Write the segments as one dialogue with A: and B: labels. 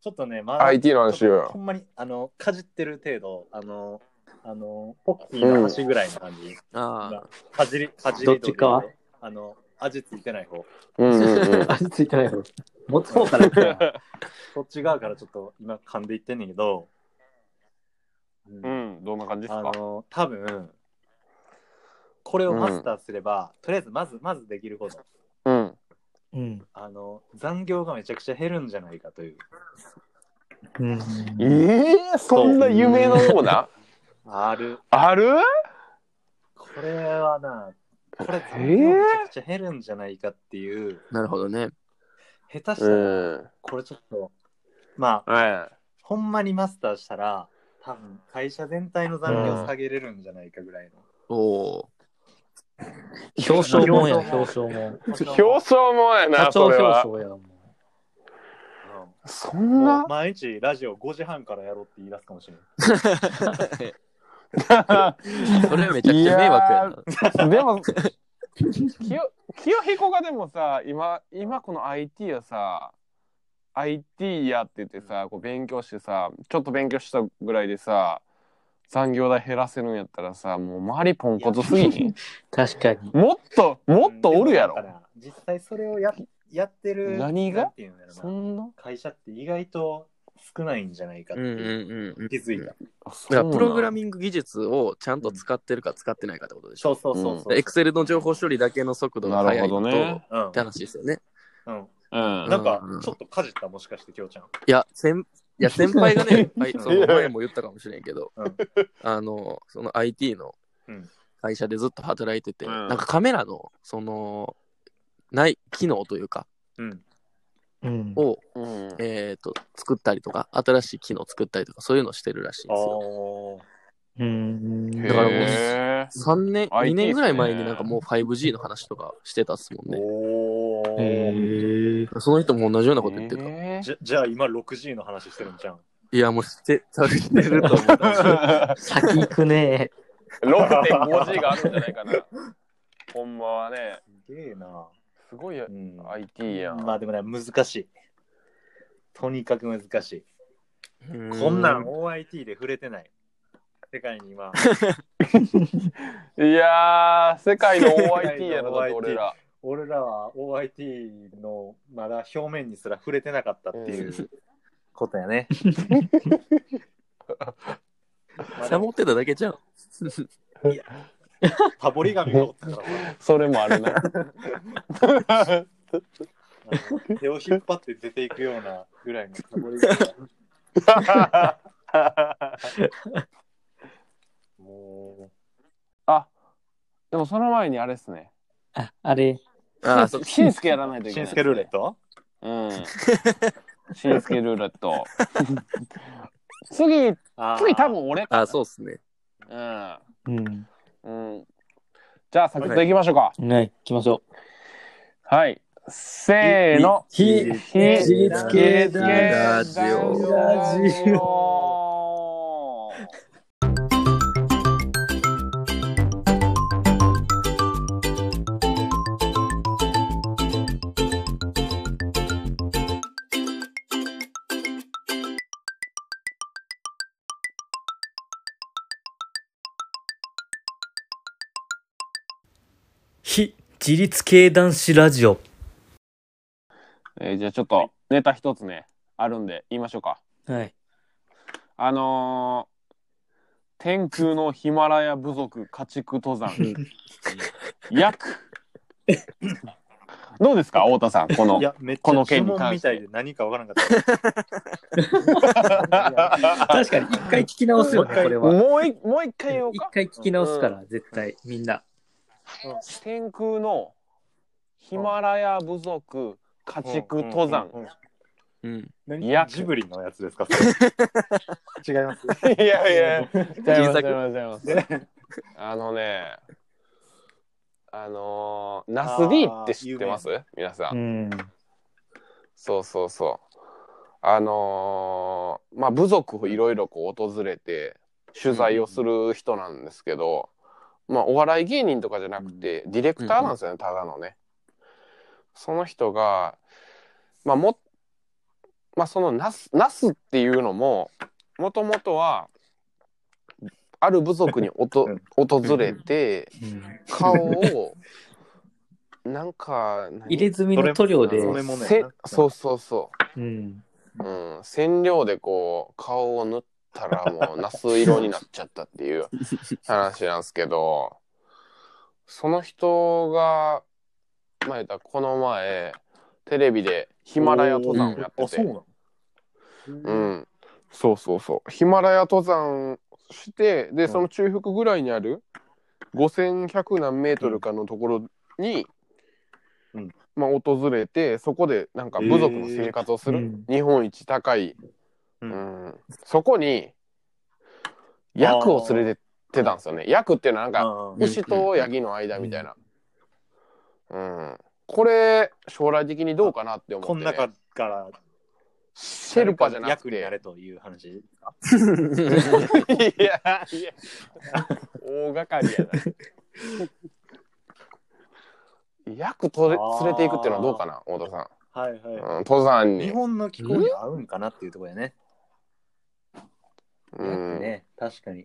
A: ちょっとね、ま
B: IT の話
A: ちょっと
B: よ
A: ほ。んまに、あの、かじってる程度、あの、あの、ポッキーの端ぐらいの感じ。
C: あ
A: かじり、かじり
D: どっちか
A: 取りであの、味ついてない方。
B: うんうんうん。
D: 味ついてないよ。持つ方から言って。
A: そっち側からちょっと今噛んでいってんねんけど、うん
B: うん、どんな感じです
A: あ
B: か
A: の、多分、これをマスターすれば、とりあえずまず、まずできること。
B: うん。
D: うん。
A: あの、残業がめちゃくちゃ減るんじゃないかという。
D: うん。
B: ええそんな夢のような
A: ある。
B: ある
A: これはな、これ残業
B: えー
A: めちゃくちゃ減るんじゃないかっていう、
C: あ、なるほどね。
A: 下手した
B: う
A: ら、
B: ん。
A: これちょっと、まあ、
B: はい。
A: ほんまにマスターしたら、多分会社全体の残業下げれるんじゃないかぐらいの。
C: お お
D: 表彰もんや、表彰もん。
B: 表彰もや
D: 社
B: な、
D: 長
B: それ
D: 表
B: は。
D: 彰やも
A: う
D: ん。
A: ん
B: そん
A: も
B: な
A: う毎日ラジオ5時半からやろうって言い出すかもしれない。
C: ー。それはめちゃくちゃ迷惑や な。
B: で も清清彦がでもさ今今この IT をさ IT やっててさこう勉強してさちょっと勉強したぐらいでさ残業代減らせるんやったらさもう周りポンコツすぎひん
D: 確かに。
B: もっともっとおるやろ
A: うんでもなんかな実際それをややってる
B: 何が
A: なんていうんやろな
B: そんな
A: 会社って意外と少ないんじゃないかっ
C: う
A: て
C: んう
A: いうん
C: うんうん。
A: 気づいた。
B: あ
C: だからプログラ
B: ミ
C: ミング技術をちゃんと使ってるか使ってないかってことでしょ。
A: そうそうそうそう。
C: エクセルの情報処理だけの速度が速いと、
B: なるほどね
C: っ
A: うん
C: て話ですよね。
A: うん
B: うん
A: なんか
C: うん
A: ちょっとかじったもしかして、きょうちゃん。
C: いや、先い や先輩がね、いっぱいその前も言ったかもしれんけど、
A: うん
C: あの、その IT の
A: うん
C: 会社でずっと働いてて、
B: うん
C: なんかカメラの、その、ない、機能というか、
A: うん。
D: うん。
C: を、
B: うん
C: えっ、と、作ったりとか、新しい機能作ったりとか、そういうのしてるらしいん
A: あ
C: ですよ。
A: ー
D: うん。
B: へ
C: だからもう
B: え
C: 3年、
B: IT
C: 2年ぐらい前に
B: っすね
C: なんかもう 5G の話とかしてたっすもんね。
A: おー
D: へえ。
C: その人も同じようなこと言ってた。
B: へ
A: じゃじゃあ今 6G の話してるんじゃん。
C: いや、もうして、してると思う。
B: ー
D: 先行くね。
B: 6.5G があるんじゃないかなほんまはね
A: すげえな。
B: すごいや
A: うん
B: IT やん
A: まあでもね、難しい。とにかく難しい。こんなん OIT で触れてない。世界に 今、
B: いやー、世界の OIT やろ、だって俺ら。
A: 俺らは OIT のまだ表面にすら触れてなかったっていううことや ね。
C: サボってただけじゃん。
A: サボり紙を折って
B: それもあ るな。
A: たから手を引っ張って出ていくようなぐらいのサボり紙が も
B: あ、でもその前にあれっすね。
D: ああれ。
C: ああ、そっ
B: しんすけやらないと
A: う、
B: いけ
A: し
B: ない。
A: んすけルーレット
B: うん。しんすけルーレッ ト。次、次多分俺
C: あ、そうっすね。
B: か。
D: うん。
B: うん。うん。じゃあ、サクッといきましょうか。
D: ね、行きましょ
B: はい。せーの。
D: ひひ
B: ひ
D: つけ
C: ラジオ
B: ラジ
D: ラジ
B: オ
E: 非自律系男子ラジオ
B: えーじゃあちょっとネタ一つねあるんで言いましょうか
D: う。はい。
B: あのー天空のヒマラヤ部族家畜登 山約どうですか太田さんこの
A: いや、めっち
B: こ
A: ゃ
B: の
A: 呪
B: 件に
A: 文
B: 関
A: み
B: したて
A: いで何かわからんか った。
D: 確かに、一回聞き直すよね、これは。
B: もういもう一回言おう
D: 一
B: か
D: 回聞き直すから、絶対、みんな。
B: 天空のヒマラヤ部族家畜登山
A: うんうんうん
C: うん。
A: 何
B: いや
A: ジブリのやつですかそれ違います。
B: いやいやいや違います
C: 小さく
B: 違います違いますあのねあのー、ナス D って知ってます皆さん
D: うん。
B: そうそうそう。あのーまあ部族をいろいろこう訪れて取材をする人なんですけど、まあお笑い芸人とかじゃなくてディレクターなんですよね、ただのね。その人が、まあも、まあそのナスナスっていうのももともとはある部族におと
A: うん
B: 訪れて
D: うん
B: 顔をなんか何
D: 入れ墨の塗料で、
A: それもね
B: せそうそうそ
D: うん、
B: う、うん、染料でこう顔を塗ったらも うナス色になっちゃったっていう話なんですけどその人がまあ言ったらこの前テレビでヒマラヤ登山をやってて。
A: あ、そうなの
B: うん、そうそうそうヒマラヤ登山してでその中腹ぐらいにある5,100何メートルかのところに、
A: うん
B: まあ、訪れてそこでなんか部族の生活をする、
D: えー
B: 日本一高い、
A: う
B: う
A: ん
B: そこにヤクを連れてってたんですよねヤクっていうのはなんか
A: あー
B: 牛とヤギの間みたいな、うんこれ将来的にどうかなって思
A: こ
B: っ
A: ん
B: て、ね、
A: 中から
B: シェルパじゃな
A: 役
B: く
A: に
B: て
A: なれという話ですか
B: いや、いや、大掛かりやな。役とれ
A: あー
B: 連れていくっていうのはどうかな、太田さ
A: はいはい、
B: ん。うん、登山
A: 日
B: に。
A: 本の気候に合うんかなっていうところだね。
B: う
A: やっぱ
B: ん、
A: ね、確かに。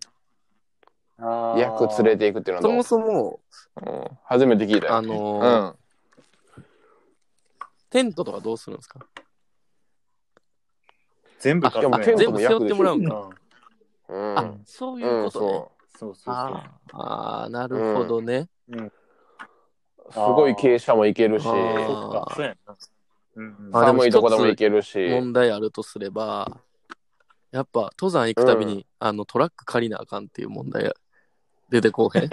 A: あー
B: 役連れていくっていうの
C: そ
B: はど
C: も
B: う
C: そも、
B: うん、初めて聞いたよ。
C: あの
B: う
C: ー
B: ん。
C: テントとかどうするんですか
A: 全部買っても
B: あでも
C: 全部背負ってもらうん
A: うん
C: か。
B: うん。
C: あ、そういう
B: う
C: こ
B: ん、
C: とね。
B: そ
A: そうそうそう。
C: あーあー、なるほどね。
B: う。すごい傾斜もいけるし、
C: あー
A: そっか、そうやんな。うんうん
C: あでも
B: 寒いとこでもいけるし。
C: 問題あるとすれば、やっぱ登山行くたびに、
B: う
C: あのトラック借りなあかんっていう問題出てこうへん。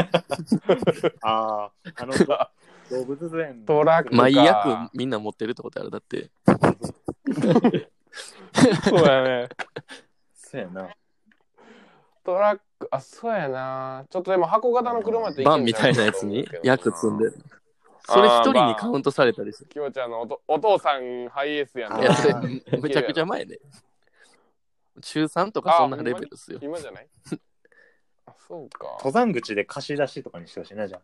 A: あー あの、動物園。
B: トラック
C: まあ、いい役みんな持ってるってことやろ。だって、
B: そうやね。
A: そうやな。
B: トラック、あ、そうやな。ちょっとでも箱型の車っていけんじゃ
C: バ
B: ん
C: ンみたいなやつに役積んで。それ一人にカウントされたりする。
B: きよちゃんのおとお父さんハイエースやん
A: あー
C: いや、それ
A: あ
C: めちゃくちゃ前ね。中3とかそんなレベルですよ。
B: 今じゃ ないあそうか
A: 登山口で貸し出しとかにしてほしいな、じゃあ。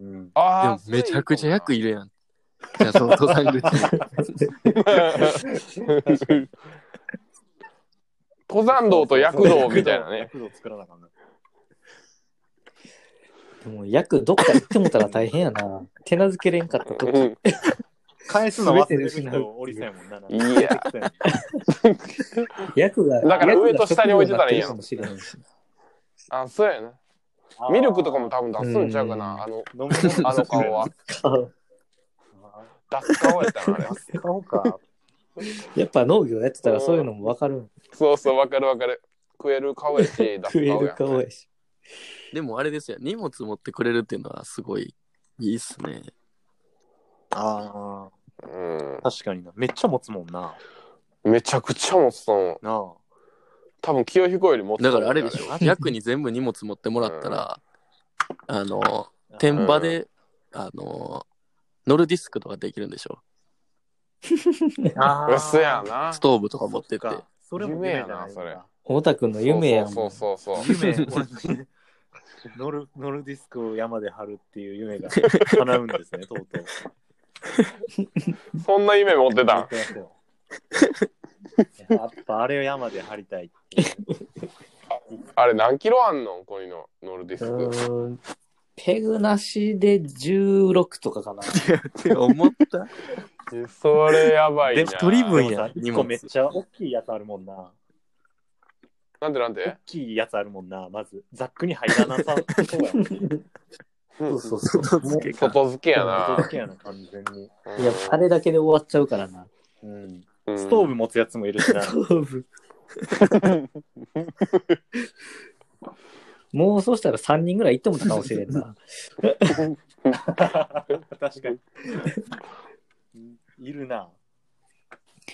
A: うん。
C: で
B: あ
C: もめちゃくちゃ役
B: い
C: いるやん。じゃあその登 山口に。
B: 登山道と躍動みたいなね
A: 躍動作らなあかんな。
D: でも役どっか行ってもたら大変やな。手なずけれんかったとこ。
A: 返すの忘れる人を折りたいもんな。
B: いや
D: 役が、
B: だから上と下に置いてたらいいやん
D: 役が職業になってるかもしれへんし
B: あそうやなミルクとかも多分出すんちゃうかなあの
A: 飲むの
B: あの顔は。
D: 顔
B: 出す顔やったなあれ
A: 顔か。
D: やっぱ農業やってたらそういうのもわかるん。
B: そうそうわかるわかる食える顔 やし出す
D: 食え
B: 顔
D: る
B: や
D: 顔やし。
C: でもあれですよ、荷物持ってくれるっていうのはすごいいいっすね。
A: あ
B: うん
A: あ、確かにな。めっちゃ持つもんな。
B: めちゃくちゃ持つと思う
A: なあ。
B: 多分清彦より持つと
C: だ
B: 思
C: か
B: う
C: らあれでしょ、役に全部荷物持ってもらったら、あの、天場で、あの、ノルディスクとかできるんでしょ。
A: あ
B: うっすやな
C: ストーブとか持ってって。
A: かそれも夢じゃないのか
B: 夢やな
D: 太田君の夢やん。
B: そうそうそうそう
A: 夢、俺のノルノルディスクを山で張るっていう夢が叶うんですね、とうとう。
B: そんな夢持ってたん
A: やっぱあれを山で張りたいっていう。
B: あれ何キロあんのこういうのノルディス
D: う
B: ク。
D: ーんペグなしで16とかかな。
C: って思った。
B: えそれやばいな。
C: で一人分
A: でもさ一個めっちゃ大きいやつあるもんな。
B: なんでなん
A: 大
B: で
A: きいやつあるもんな。まず、ザックに入らなさそうやもん。
D: そうそうそう。
C: 外付けか。
B: 外付けや
A: 外
B: な
A: 付。けやな、完全に。
D: いや、あれだけで終わっちゃうか らな。
A: うん。
B: うん
A: ストーブ持つやつもいるしな。
D: もうそうしたら3人ぐらい行ってもたかもしれんな。
A: 確かに。いるな。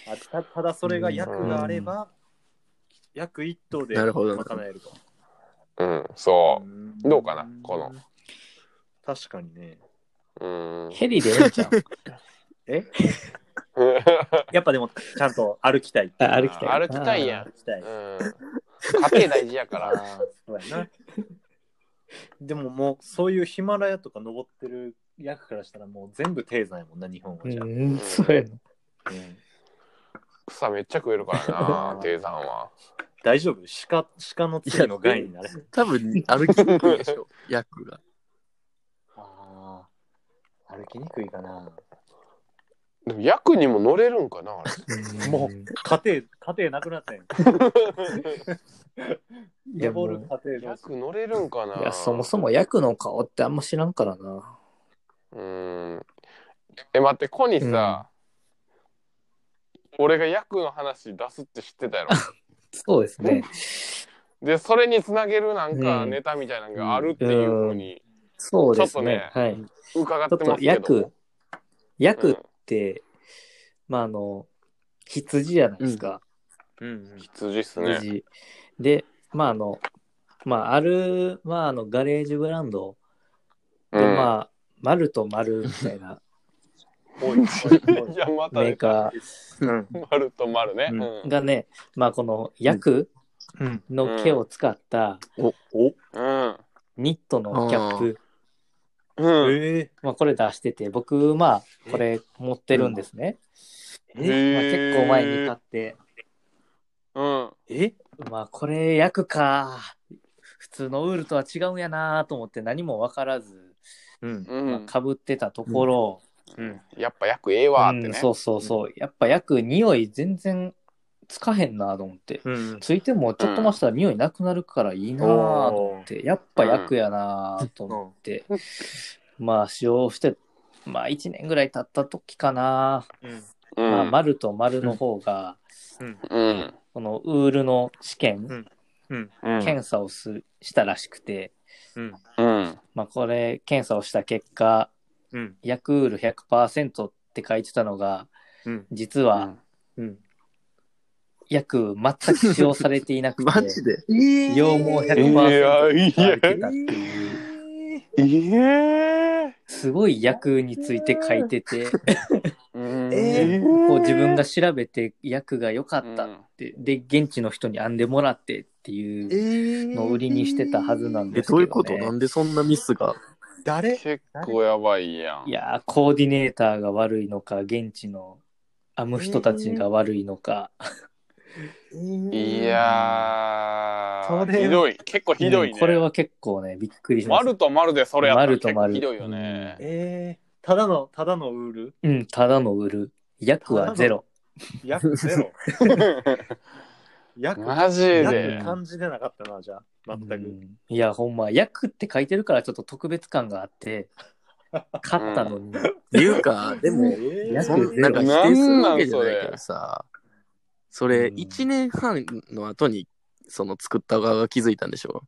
A: あたただそれが役があれば、役一頭で
C: なるほど
A: 賄えると。
B: うん、そ
A: ん
B: どうかなこの。
A: 確かにね。
B: う。うん。
D: ヘリでええんちゃ う
A: やっぱでも、ちゃんと歩きたい。
D: あ歩きたい。
B: 歩きたいやん
A: 歩きたい。
B: うん家庭大事やか
A: あ
B: ら。
A: あ、そうやな。でももう、そういうヒマラヤとか登ってる役からしたら、もう全部低山やもんな、日本は
D: う
A: じゃあ。
D: ん、そうやな。
A: うん
B: 草めっちゃ食えるからな、低山は。
A: 大丈夫鹿、鹿の次の害になれる。
C: 多分歩きにくいでしょ、 ヤクが。
A: ああ、歩きにくいかな。
B: でも、ヤクにも乗れるんかな、あれ。
D: も
A: 家庭、家庭なくなったやん。
D: いや
A: 登る家庭どう
B: ヤ
A: す
B: ク乗れるんかな。
D: いや、そもそもヤクの顔ってあんま知らんからな。
B: うーん。え、待って、コニさ、俺がヤクの話出すって知ってたや ろ。
D: そうですね。
B: で、それにつなげるなんか
D: うん
B: ネタみたいなのがあるっていうふうに
D: そうです
B: ちょっ
D: ね。
B: と
D: はい。ち
B: 伺
D: ょ
B: っ
D: って
B: ま
D: と
B: すけ
D: ヤ
B: ど
D: ク。、ヤクって、まあ、あの、羊じゃないですか。
A: るうんうん
B: 羊っすね。
D: 羊。で、まあ、あの、まあ、ある、まあ、あの、ガレージブランドで、
B: うん
D: まあ、丸と丸みたいな
A: おい、おい、おい
B: いや、また
D: メー
B: ね、
D: カ
A: うん。
B: 丸と丸ね。
D: う
B: うん
D: ー。がね、まあ、このヤク
A: うん。
D: の毛を使った
A: お、
B: うん。
D: ニットのキャップ、
B: うん。
A: え
D: まあ、これ出してて、僕、まあ、これ持ってるんですね。
A: え
D: まあ、結構前に買って、
B: うん。
A: え
D: まあ、これ、焼くか。普通のウールとは違うんやなと思って何も分からず、
A: うん。
B: う
D: ま
B: ん。
D: あ、被ってたところ、
A: うん。
B: やっぱ役ええわ
D: う
B: ーって
D: ん
B: ね。
D: そうそうそう、やっぱ焼く匂い全然つかへんなと思って。
A: うん。
D: ついてもちょっとましたら匂いなくなるからいいなと思って、やっぱ焼くやなと思って、まあ使用して、まあ1年ぐらい経った時かな
A: うん。
B: う
D: まあ、
B: ん。
D: 丸と丸の方が、
B: うん。
D: このウールの試験、
B: うん。
D: 検査をすしたらしくて、
A: うん。
B: うん。
D: まあ、これ、検査をした結果、
A: うん。
D: ヤクウール100%って書いてたのが、
A: うん。
D: 実は、
A: うん。
D: ヤク全く使用されていなくて、
C: マジで
A: え
D: 羊毛
B: いや、
D: 100%
B: い
D: 使わ
B: や
D: れ、てたっていう、
B: いや。
D: すごいヤクについて書いてて、
B: うん
A: え
D: こう自分が調べてヤクが良かったって、で、現地の人に編んでもらってっていうのを売りにしてたはずなん
C: え、
D: ですけど、
C: どうい
D: ね
C: うことなんでそんなミスが。
A: 誰
B: 結構やばいやん。
D: いやーコーディネーターが悪いのか、現地の編む人たちが悪いのか、
B: いやー
A: それ
B: ひどい。結構ひどい
D: うん
B: ね。
D: これは結構ね、びっくりしました。
B: 丸と丸でそれやったら
D: 丸と
B: 結構
D: 丸
B: ひどいよね。
A: えー、ただの、ただのウール
D: うん、ただの売る。約はゼロ。
A: 約ゼロ。約、
B: マジで
A: 約。感じでなかったな、じゃあ。全
D: う
A: く。
D: んいや、ほんま、約って書いてるからちょっと特別感があって、勝ったのに。
C: いうか、でも、
A: え
D: 約
C: そんなんか否定するわけじゃないけどさ、それ
D: うん
C: 1年半の後に、その作った側が気づいたんでしょ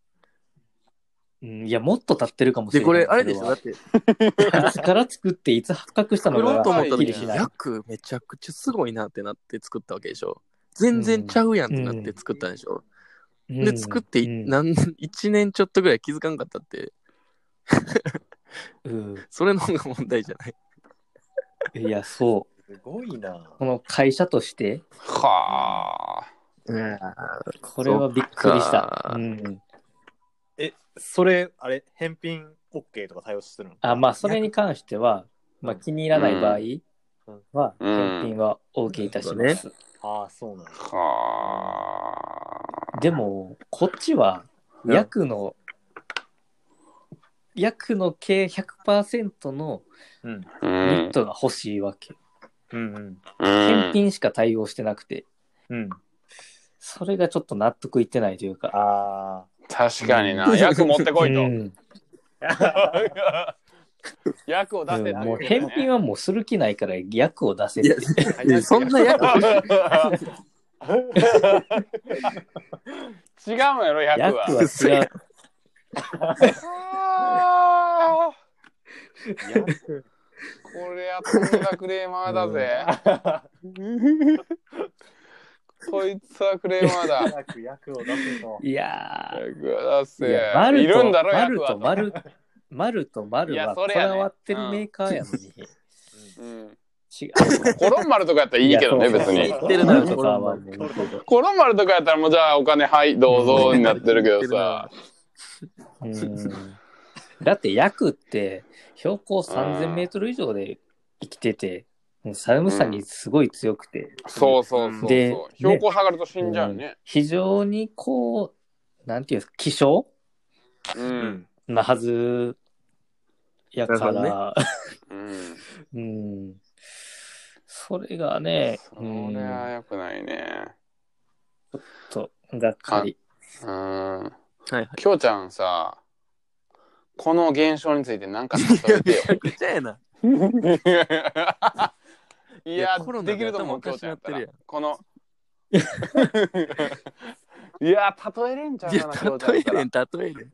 D: うんいや、もっと経ってるかもしれない。
C: で、これ、あれでしょ
D: そ
C: だ
D: は
C: って、
D: いつから作って、いつ発覚した
C: 作
D: のか
C: ろうと思
D: は
C: った
D: っ
C: 時
D: きりし
C: に、
D: ない。
C: 約めちゃくちゃすごいなってなって作ったわけでしょ全然ちゃうやんってなって作ったんでしょ、
D: う
C: で、
D: ん
C: 作って
D: うん
C: 何、1年ちょっとぐらい気づかんかったって、
D: うん
C: それの方が問題じゃない。
D: いや、そう。
A: すごいな。
D: この会社として、
B: はあ。
D: これはびっくりし
C: そったか。
D: うん
A: え、それ、あれ、返品 OK とか対応するの
D: あまあ、それに関しては、まあ、気に入らない場合は、
B: うん
D: 返品は OK いたし
C: うんな
D: ま
C: る
D: す。
A: ああ、そうなんだ。
B: はあ。
D: でも、こっちは、
C: うん
D: ヤクの、ヤクの計100%の
A: うん。
B: う
D: ニッ
B: ん。
D: トが欲しいわけ。
A: うんうん。
B: うん
D: 返品しか対応してなくて、
A: うん。
D: それがちょっと納得いってないというか。
A: あ
B: 確かにな。役持ってこいと
D: う。ん
B: 役を出せって
D: もう
B: わけだね
D: 返品はもうする気ないから、ヤクを出せっ
C: いや
D: て。
A: あ。
C: でそんな
A: や
C: や つ、
B: 違うのやろ、役
D: ヤク
B: は。
D: は違う。
B: あーこれはとんだクレーマーだぜ。 こいつはクレーマー だ。
A: 役、役を出せと。
D: いや
B: 役は出
D: ー、
B: せ
D: いやマル
B: い
D: と
B: るんだろ、
D: マル
B: 役は
D: とマル、マルとマル
B: いや
D: は
B: そ
D: こ
B: れやね
D: だわってるメーカーやのに。
B: うん
D: 違う。
B: コロンマルとかやったらいいけどね、
D: やそう
B: 別に
D: 言。っ
C: って
D: て
C: る
D: る
C: な
D: な、とかはもういいけど。
B: コロンマルとかやったらもうじゃあお金はいどうぞになってるけ どさ。
D: うんだって、ヤクって標高3000メートル以上で生きてて、もう寒さにすごい強くて、
B: そうそうそうそう。
D: で
B: 標高下がると死んじゃうね。
D: 非常にこう、なんていうんですか、気象
B: う。
A: うんん。
D: なはずやか
C: なる
D: ら、
B: うん。
D: うん。それがね、
B: そうれは
D: ん、
B: 良くないね。
D: と、がっかり。
B: うん。
C: はいはい。
B: きょうちゃんさ、この現象について何か例えてよ。
C: くちゃやな。
B: い
C: いや
B: や
C: コロナで
B: できると思う、
C: 頭おかし
B: 京ちゃん
C: な
B: や
C: っ
B: った
C: てる
B: ら
C: やん。
B: この。 いや、例えれんちゃう
C: い
B: か
C: や
B: な、京ちゃんや
C: 例え
B: った
C: れん、例えれん。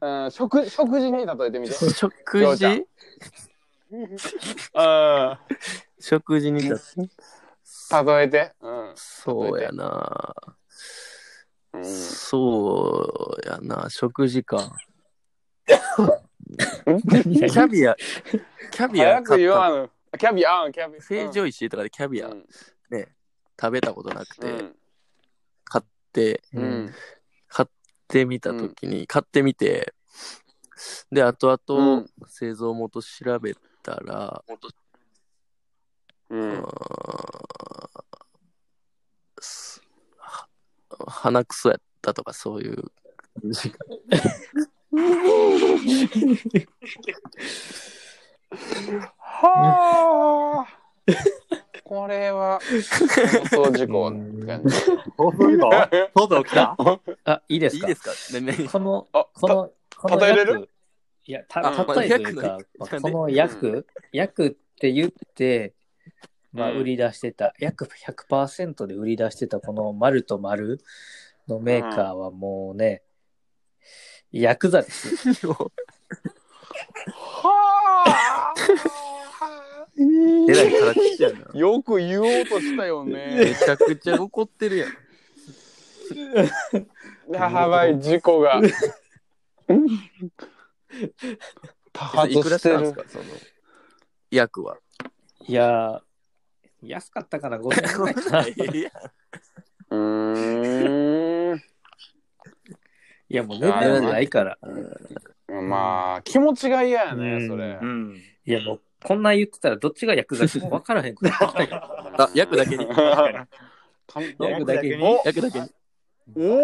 B: ら。うん、食食事に例えて みて。よ
C: 食
B: うちゃん
C: 事
B: あ
C: 食事にだ
B: あ、例えて。うん。
C: そうやな、
B: うん
C: そうやな食事か。
D: 何
C: キャビア、キャビ
B: 早
C: ア
B: く
C: 買っ
B: 言わ
C: た。
B: ぬ。キャビア、うんキャビア。
C: 成城石井とかでキャビア
B: うん
C: 食べたことなくて、
B: うん
C: 買って、
B: う
D: うん
B: ん。
C: 買ってみたときに、買ってみて、で、後
B: う
C: 々
B: ん
C: 製造元調べたら、
B: う。
C: うんーんすは鼻くそやったとかそういう感じが。
B: はあ。 これは、放送事故って感じ。
A: そういうのそうだ起きた
D: あ、いいです
C: いい
D: か
C: ですかねね
D: この、
B: あ、
D: この、この
B: 例えれる
D: 約いや、た
C: あまあ
D: 例えというか
C: 約、
D: ま
C: な
D: あ
C: ん
D: こ
C: で
D: の約、
B: う
D: 約って言って、まあ、
B: うん
D: 売り出してた、約100%で売り出してたこの丸と丸のメーカーはもうね、ヤクザです。
B: は
C: えら
B: あ
C: い辛口やな。
B: よく言おうとしたよ
C: め
B: ね。
C: ちゃくちゃ怒ってるやん。
B: やばい、事故が。多
C: それい
B: 発
C: くら
B: し
C: してたんです
B: る。
C: かその役は。
D: いやー、安かったかな、5000円ぐらいかな。いう
B: ーん。
D: や、もう値段ないから。
B: まあ、気持ちが嫌や
D: う
B: ね、
D: ん
B: それ
A: う。ん。
D: いや、もう、こんなん言ってたらどっちがヤクザか分からへんくなってきた
C: あ、役だけ に。
B: かん
D: ヤクザ系
A: お
C: 役だけに。
B: お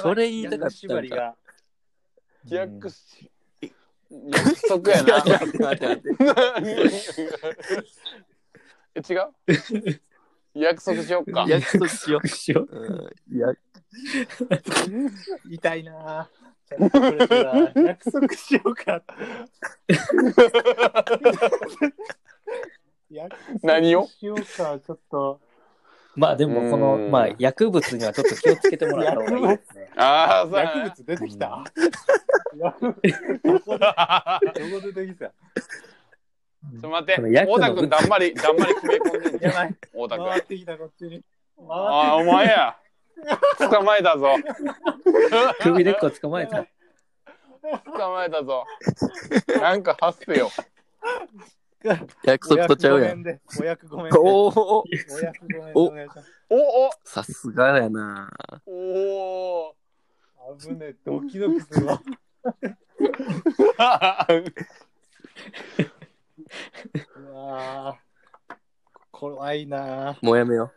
C: それ言いたかった
A: 縛
C: ん
A: り
C: か。
A: が。
B: 約し約束やな。え違う約束しよっか。
C: 約束 しよ
D: どうしよう
C: う。うん、や
A: 痛いなぁ。これさ約束しよう かって。約
B: 何を
A: 束しようか、ちょっと。
D: まあでも、この
B: う、ん
D: まあ、薬物にはちょっと気をつけてもらった方がいいですね。
B: ああ、そうや
A: 薬物
B: な
A: 出てきた薬物。どこでどこで出てきた
B: ちょっと待って、
D: この薬
B: 太
D: の
B: 田君、だんまり、だんまり決め込んでんじゃ
A: や
B: ん。
A: ばい。
B: 太田君。
A: 回ってきた、こっちに。回
B: ああ、お前や。捕まえたぞ。
D: 首でっこ捕まえた。
B: 捕まえたぞ。なんか発せよ。
C: 約束とちゃうやん。
A: ん。お役ごめんで。お
C: おお
A: 役ごめんで。お願いします
B: おお
C: さすがやな。
B: おお。
A: 危ねえ、ドキドキするわ。うわぁ。怖いなぁ。
C: もうやめよう。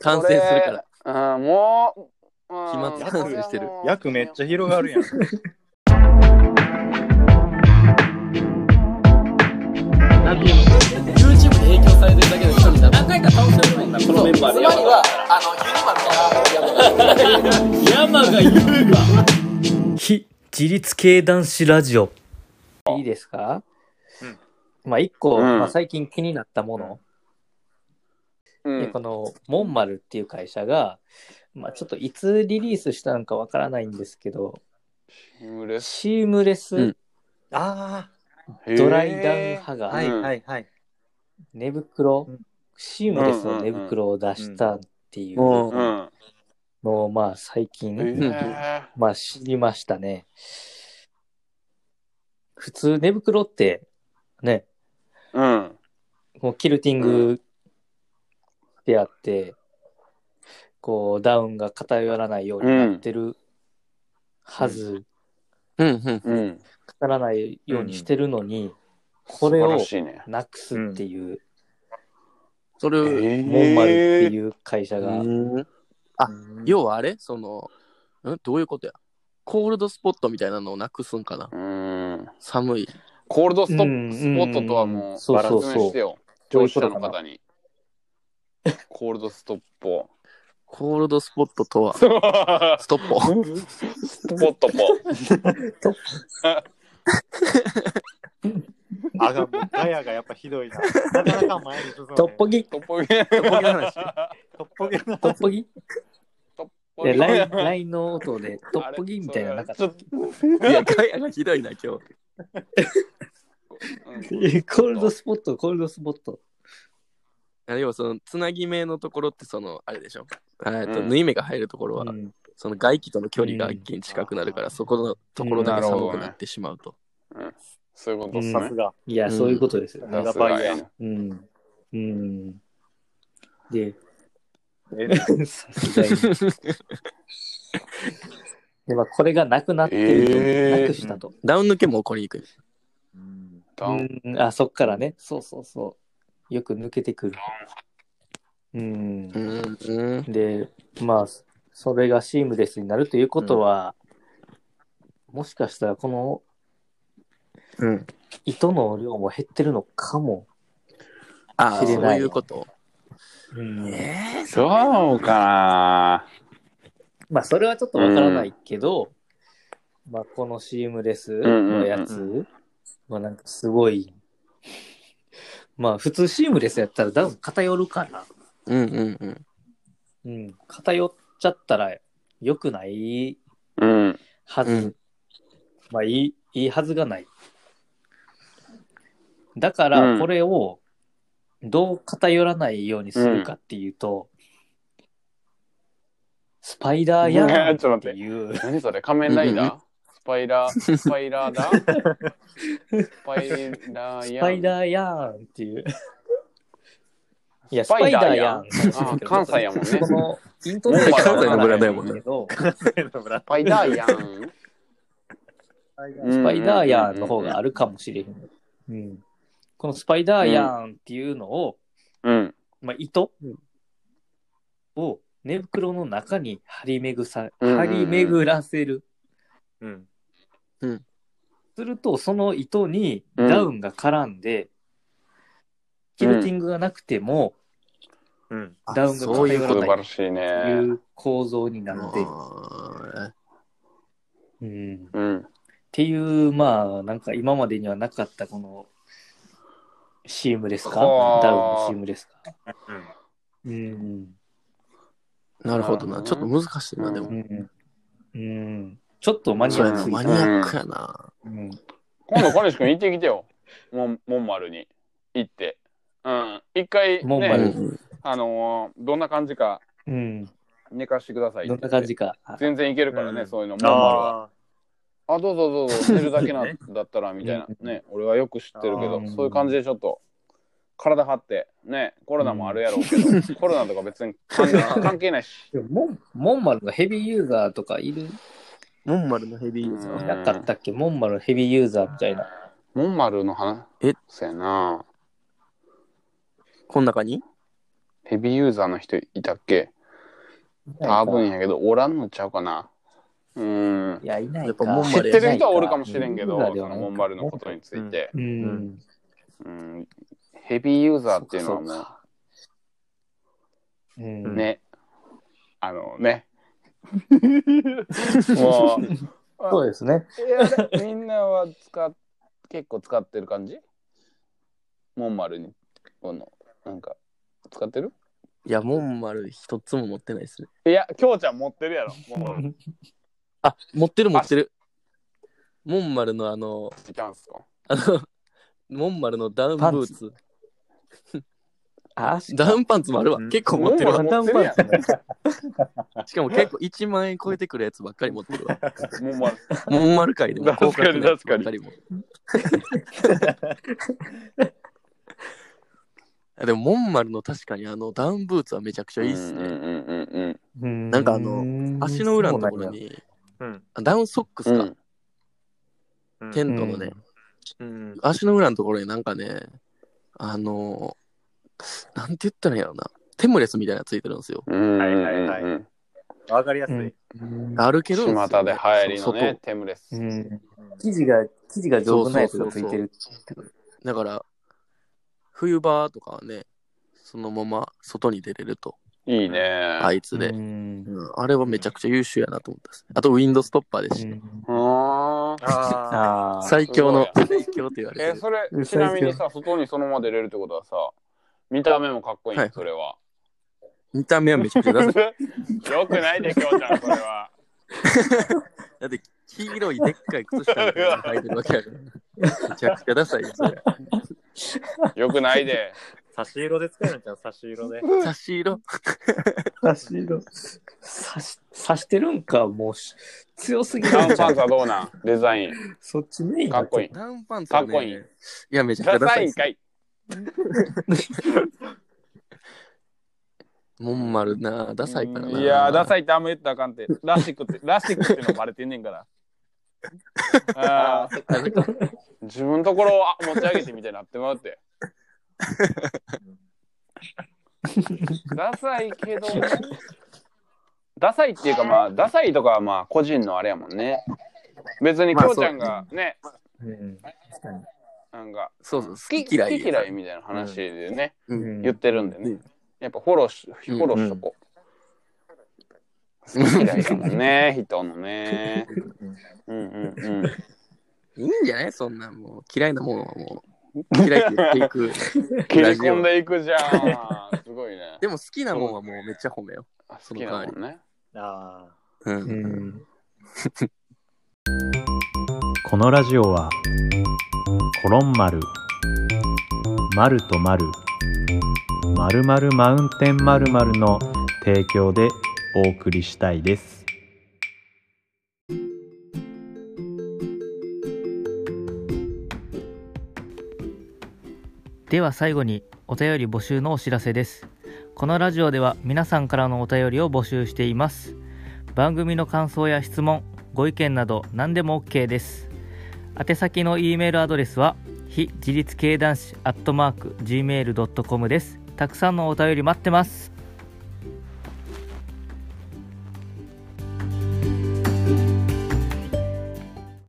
C: 完成するから。
B: あーもう。
C: 飛沫感染してる
A: 役めっちゃ広がるやん。
D: このメンバーで。つまりは、
E: 非自律系男子ラジオ。
D: いいですか
A: うん
D: まあ、一個、
B: うん
D: まあ、最近気になったもの。
B: ゃ。う
D: で
B: ん
D: この、モンマルっていう会社が、まあ、ちょっといつリリースしたのかわからないんですけど、
B: 嬉し
D: シームレ
C: う
D: ス
C: ん
A: あ
B: い
D: ドライダウン派
A: あ、
D: が、
A: はい
B: うん
A: はいはい。
D: 寝袋
A: うん、
D: シームレスの寝袋を出したっていう
C: うん
B: う
D: の
B: ん。
D: を、まあ、最近、
B: へ
D: まあ知りましたね。普通寝袋ってね、
B: ーうん。
D: もうキルティングであって、こうダウンが偏らないようになってるはず、
C: うんうん。
B: うん。
D: 偏らないようにしてるのに、こ
B: 素
D: れ
B: 晴ら
D: を
B: しいね。
D: なくすっていう
C: それを、
D: モンマルっていう会社が、
C: うんあ要はあれその、んどういうことやコールドスポットみたいなのをなくすんかな
B: うん
C: 寒い。
B: コールドスト
D: う
B: ッ
D: ん
B: プスポットとはもう、
D: そう
B: バラ
D: そうそう
B: 説明してよ。
D: そう
B: 上
D: いうこ
B: 司
D: と
B: 者
D: かな
B: の方に。コールドストップを。
C: コールドスポットとは、
B: スポ
C: ストッポ。
B: ットポ。
A: あが、もうガヤがやっぱひどいな。なかなか前に進む、ね。
D: トッポ ギ
B: トッポギ。
C: トッポギの話。
A: トッポギの
D: トッポギ
B: ト
D: え、
B: ッポギ
D: ラインラインの音でトッポギみたいなのなかった。
B: あれちょっと
C: いや、ガヤがひどいな、今日。
D: えコールドスポット、コールドスポット。
C: あ要はその、つなぎ目のところって、その、あれでしょ。えーっと、
B: うん
C: 縫い目が入るところは、
D: うん
C: その外気との距離が一気に近くなるから、そこのところだけ寒くなってしまうと。
B: そういうことっす
A: さす
B: ね。
A: が。
D: いや、そういうことですよ
A: うん
D: ね。
B: さすがやな
D: うん。うん。で、
A: え
D: さすがに。で、まあ、これがなくなっていると、
B: えー
D: なくしたと。
C: ダウン抜けも起こりにくい。
A: うん
B: ダウン
D: うんあ、そっからね。そうそうそう。よく抜けてくる。うん
C: う。ーん。
D: で、まあ、それがシームレスになるということは、もしかしたらこの
C: うん。
D: 糸の量も減ってるのかも。
C: ああ、
D: 知
C: そ
D: れな
C: う
D: い
C: いうこと。
B: えそうか
D: まあ、それはちょっとわからないけど、まあ、このシームレスのやつ、
B: うん
D: まあ、なんかすごい、まあ、普通シームレスやったらダウン偏るから、
C: うんうんうん。
D: うん、偏っちゃったら良くない
B: なうん。
D: はず、
C: うん
D: まあ、いい、いいはずがない。だから、
B: うん
D: これを、どう偏らないようにするかっていうと、スパイダ ーヤーンっていう、
B: 何それ仮面ライダースパイラー、スパイラーだスパイラー
D: ス
B: や
D: パイダーヤーンっていう。いや、
B: スパイダーヤ
D: スパイダーヤーン
B: あ関西やもんね
D: この、イントネーション
B: 関西のブラン
C: ドやもんね
D: け ど
B: スパイダーやん。
D: ス
B: ス
D: パイダーヤーンの方があるかもしれへん。うんこのスパイダーヤーンっていうのを、
B: うん。
D: まあ、糸を寝袋の中に張り巡さ、
B: うん
D: 張り巡らせる。
A: うん。
D: すると、その糸に
B: うん
D: ダウンが絡んで、キルティングがなくても、
A: うん。
D: ダウンが
C: そういう
B: 素
D: 偏ら
C: こと
D: な
B: 晴
D: い
B: らしい
D: とい
B: ね。
D: う構造になって、
C: あ
D: うん、っ
B: うん。
D: ていう、まあ、なんか今までにはなかったこの、シームレスか
B: はあ
D: ダウンのシームレスか
A: うん
D: うん。
C: ーなるほどな。ちょっと難しいな、で
D: う
C: も。
D: ん。うん。ちょっとマニ
C: そう
D: ア
C: や
D: ックす
C: な、
D: ぎ
C: マ
D: た
C: ニアックやな。
D: うん。
B: 今度、彼氏君行ってきてよ。モンモンマルに行って。うん。一回、
D: モン
C: う
D: マ
C: ん
D: ル
B: ね、あのー、どんな感じか
D: うん。
B: 寝かしてくださいって
D: ど
B: 言っ
D: ん
B: て。
D: な感じか。あ
B: 全然いけるからね、
A: うん
B: そういうの。モンマルは。
A: あ
B: あ、どうぞどうぞ、寝るだけ なんだったら、みたいな。ね、俺はよく知ってるけ
D: あ
B: ど、
D: ー
B: そういう感じでちょっと、体張って、ね、コロナもあるやろうけど、 コロナとか別に関 係関係ないし。
D: でもモン、モンマルがヘビーユーザーとかいる
C: モンマルのヘビーユーザ
B: うん
C: ー。
D: なかったっけモンマルヘビーユーザーみたいな。
B: モンマルの話
C: え
B: そうやな。
C: この中に
B: ヘビーユーザーの人いたっけ多分やけど、おらんのちゃうかな。うん。
D: いや、いないか。
C: やっぱモン
B: 知
C: マ
B: っ
C: ル
B: てる人はおるかもしれんけど、
D: ヘビーユーザ
B: そのモ
D: ーではない
B: ンマルのことについて。
D: う。
A: うん
B: うんヘビーユーザーっていうのは
D: そ
B: も
D: うん
B: う、ね、あのね。 もう、
D: そうですね。
B: いやみんなは使っ 結構使ってる感じモンマルに、この、なんか、使ってる
C: いや、モンマル一つも持ってないですね。
B: いや、きょうちゃん持ってるやろ。もう、
C: あ、持ってる持ってる。モンマルのあの、
B: いたんすか。
C: あの、モンマルのダウンブーツ。
D: あ、し
C: ダウンパンツもあるわ
A: う。ん
C: 結構持ってるわ
B: モン。マル持ってるやん
C: しかも結構1万円超えてくるやつばっかり持ってるわ。
B: モンマル。
C: モンマル界でも
B: 確かに
C: 高額なやつばっりも。あ でも、モンマルの確かにあのダウンブーツはめちゃくちゃいいっ
B: う
C: す
B: ん
C: ね。
B: うんうんうんうん。
D: な
C: なんかあの足の裏のところ。に、
A: うん。
C: あダウンソックスか、
A: うん
C: テントのね、
A: うん。
C: 足の裏のところになんかね、あのなんて言ったらいいんやろな。テムレスみたいなのついてるんですよ。
B: うん
A: はいはいはい
B: うん
A: わかりやすい。
D: うん
B: うん
C: 歩けるんですよ、
B: 巷で流行りのね
C: 外、
B: テムレス。
D: うん。生地が、生地が丈夫なやつがついてるってこと。
C: だから、冬場とかはね、そのまま外に出れると、
B: いいね。
C: あいつで。
D: うん
C: うんあれはめちゃくちゃ優秀やなと思ったですね。あと、ウィンドストッパーですし、
B: うーん。
A: あ
D: ああ。
C: 最強の、
B: すご
C: 最強と言われて
B: え
C: る。
B: それ、ちなみにさ、外にそのまま出れるってことはさ、見た目もかっこいい
C: はい
B: の、それは。
C: 見た目はめちゃくちゃダサい
B: よくないで、きょうちゃん、それは。
C: だって、黄色いでっかい靴下みたいなの 履いてるわけやから。めちゃくちゃダサいですよ。
B: よくないで。
A: あ、差し色で使えるんじゃん、差し色で。
C: 差し色
D: 刺しの刺し刺してるんか、もうし強すぎ
B: シャンパン
D: る。
B: さ、どうなんデザイン。
D: そっちメイン
B: かっこいい。
C: ダウンパンツはね
B: かっこいい
C: いや、めちゃくち
B: ダ
C: ゃダ
B: サ
C: サい
B: い
C: で
B: ん
C: す
B: か。い。
C: モンマルな、ダサいからな。
B: いやー、ダサいってあんま言ったらあかんて。ラシックって、ラシックってのバレてんねんから。あー
C: ダサい。
B: 自分のところをあ持ち上げてみたいになってもらって。ダサいけど、ダサいっていうかまあ、ダサいとかはまあ、個人のあれやもんね。別に、き
C: まあ
B: ょうちゃんがね、
D: うん
B: なんか、
C: そうそう、好き嫌い。
B: 好き嫌いみたいな話でね、
C: うん。
B: 言ってるんでね。やっぱフォローし、フォローしとこう。
C: うん
B: 好き嫌いだもんね、人の ね。うんうん
C: いいんじゃないそんな、もう、嫌いなものはもう、嫌いって言っていく。
B: うん。切り込んでいくじゃん。すごい ね。
C: でも好きなもんはもうめっちゃ褒めよ
B: あ好きなもんね。
A: ああ。
C: う。う。
D: うんん
E: このラジオはコロン丸丸と丸丸々マウンテン丸々の提供でお送りしたいです。
F: では最後にお便り募集のお知らせですこのラジオでは皆さんからのお便りを募集しています番組の感想や質問ご意見など何でも OK です宛先の E メールアドレスは非自立系男子 gmail.com ですたくさんのお便り待ってます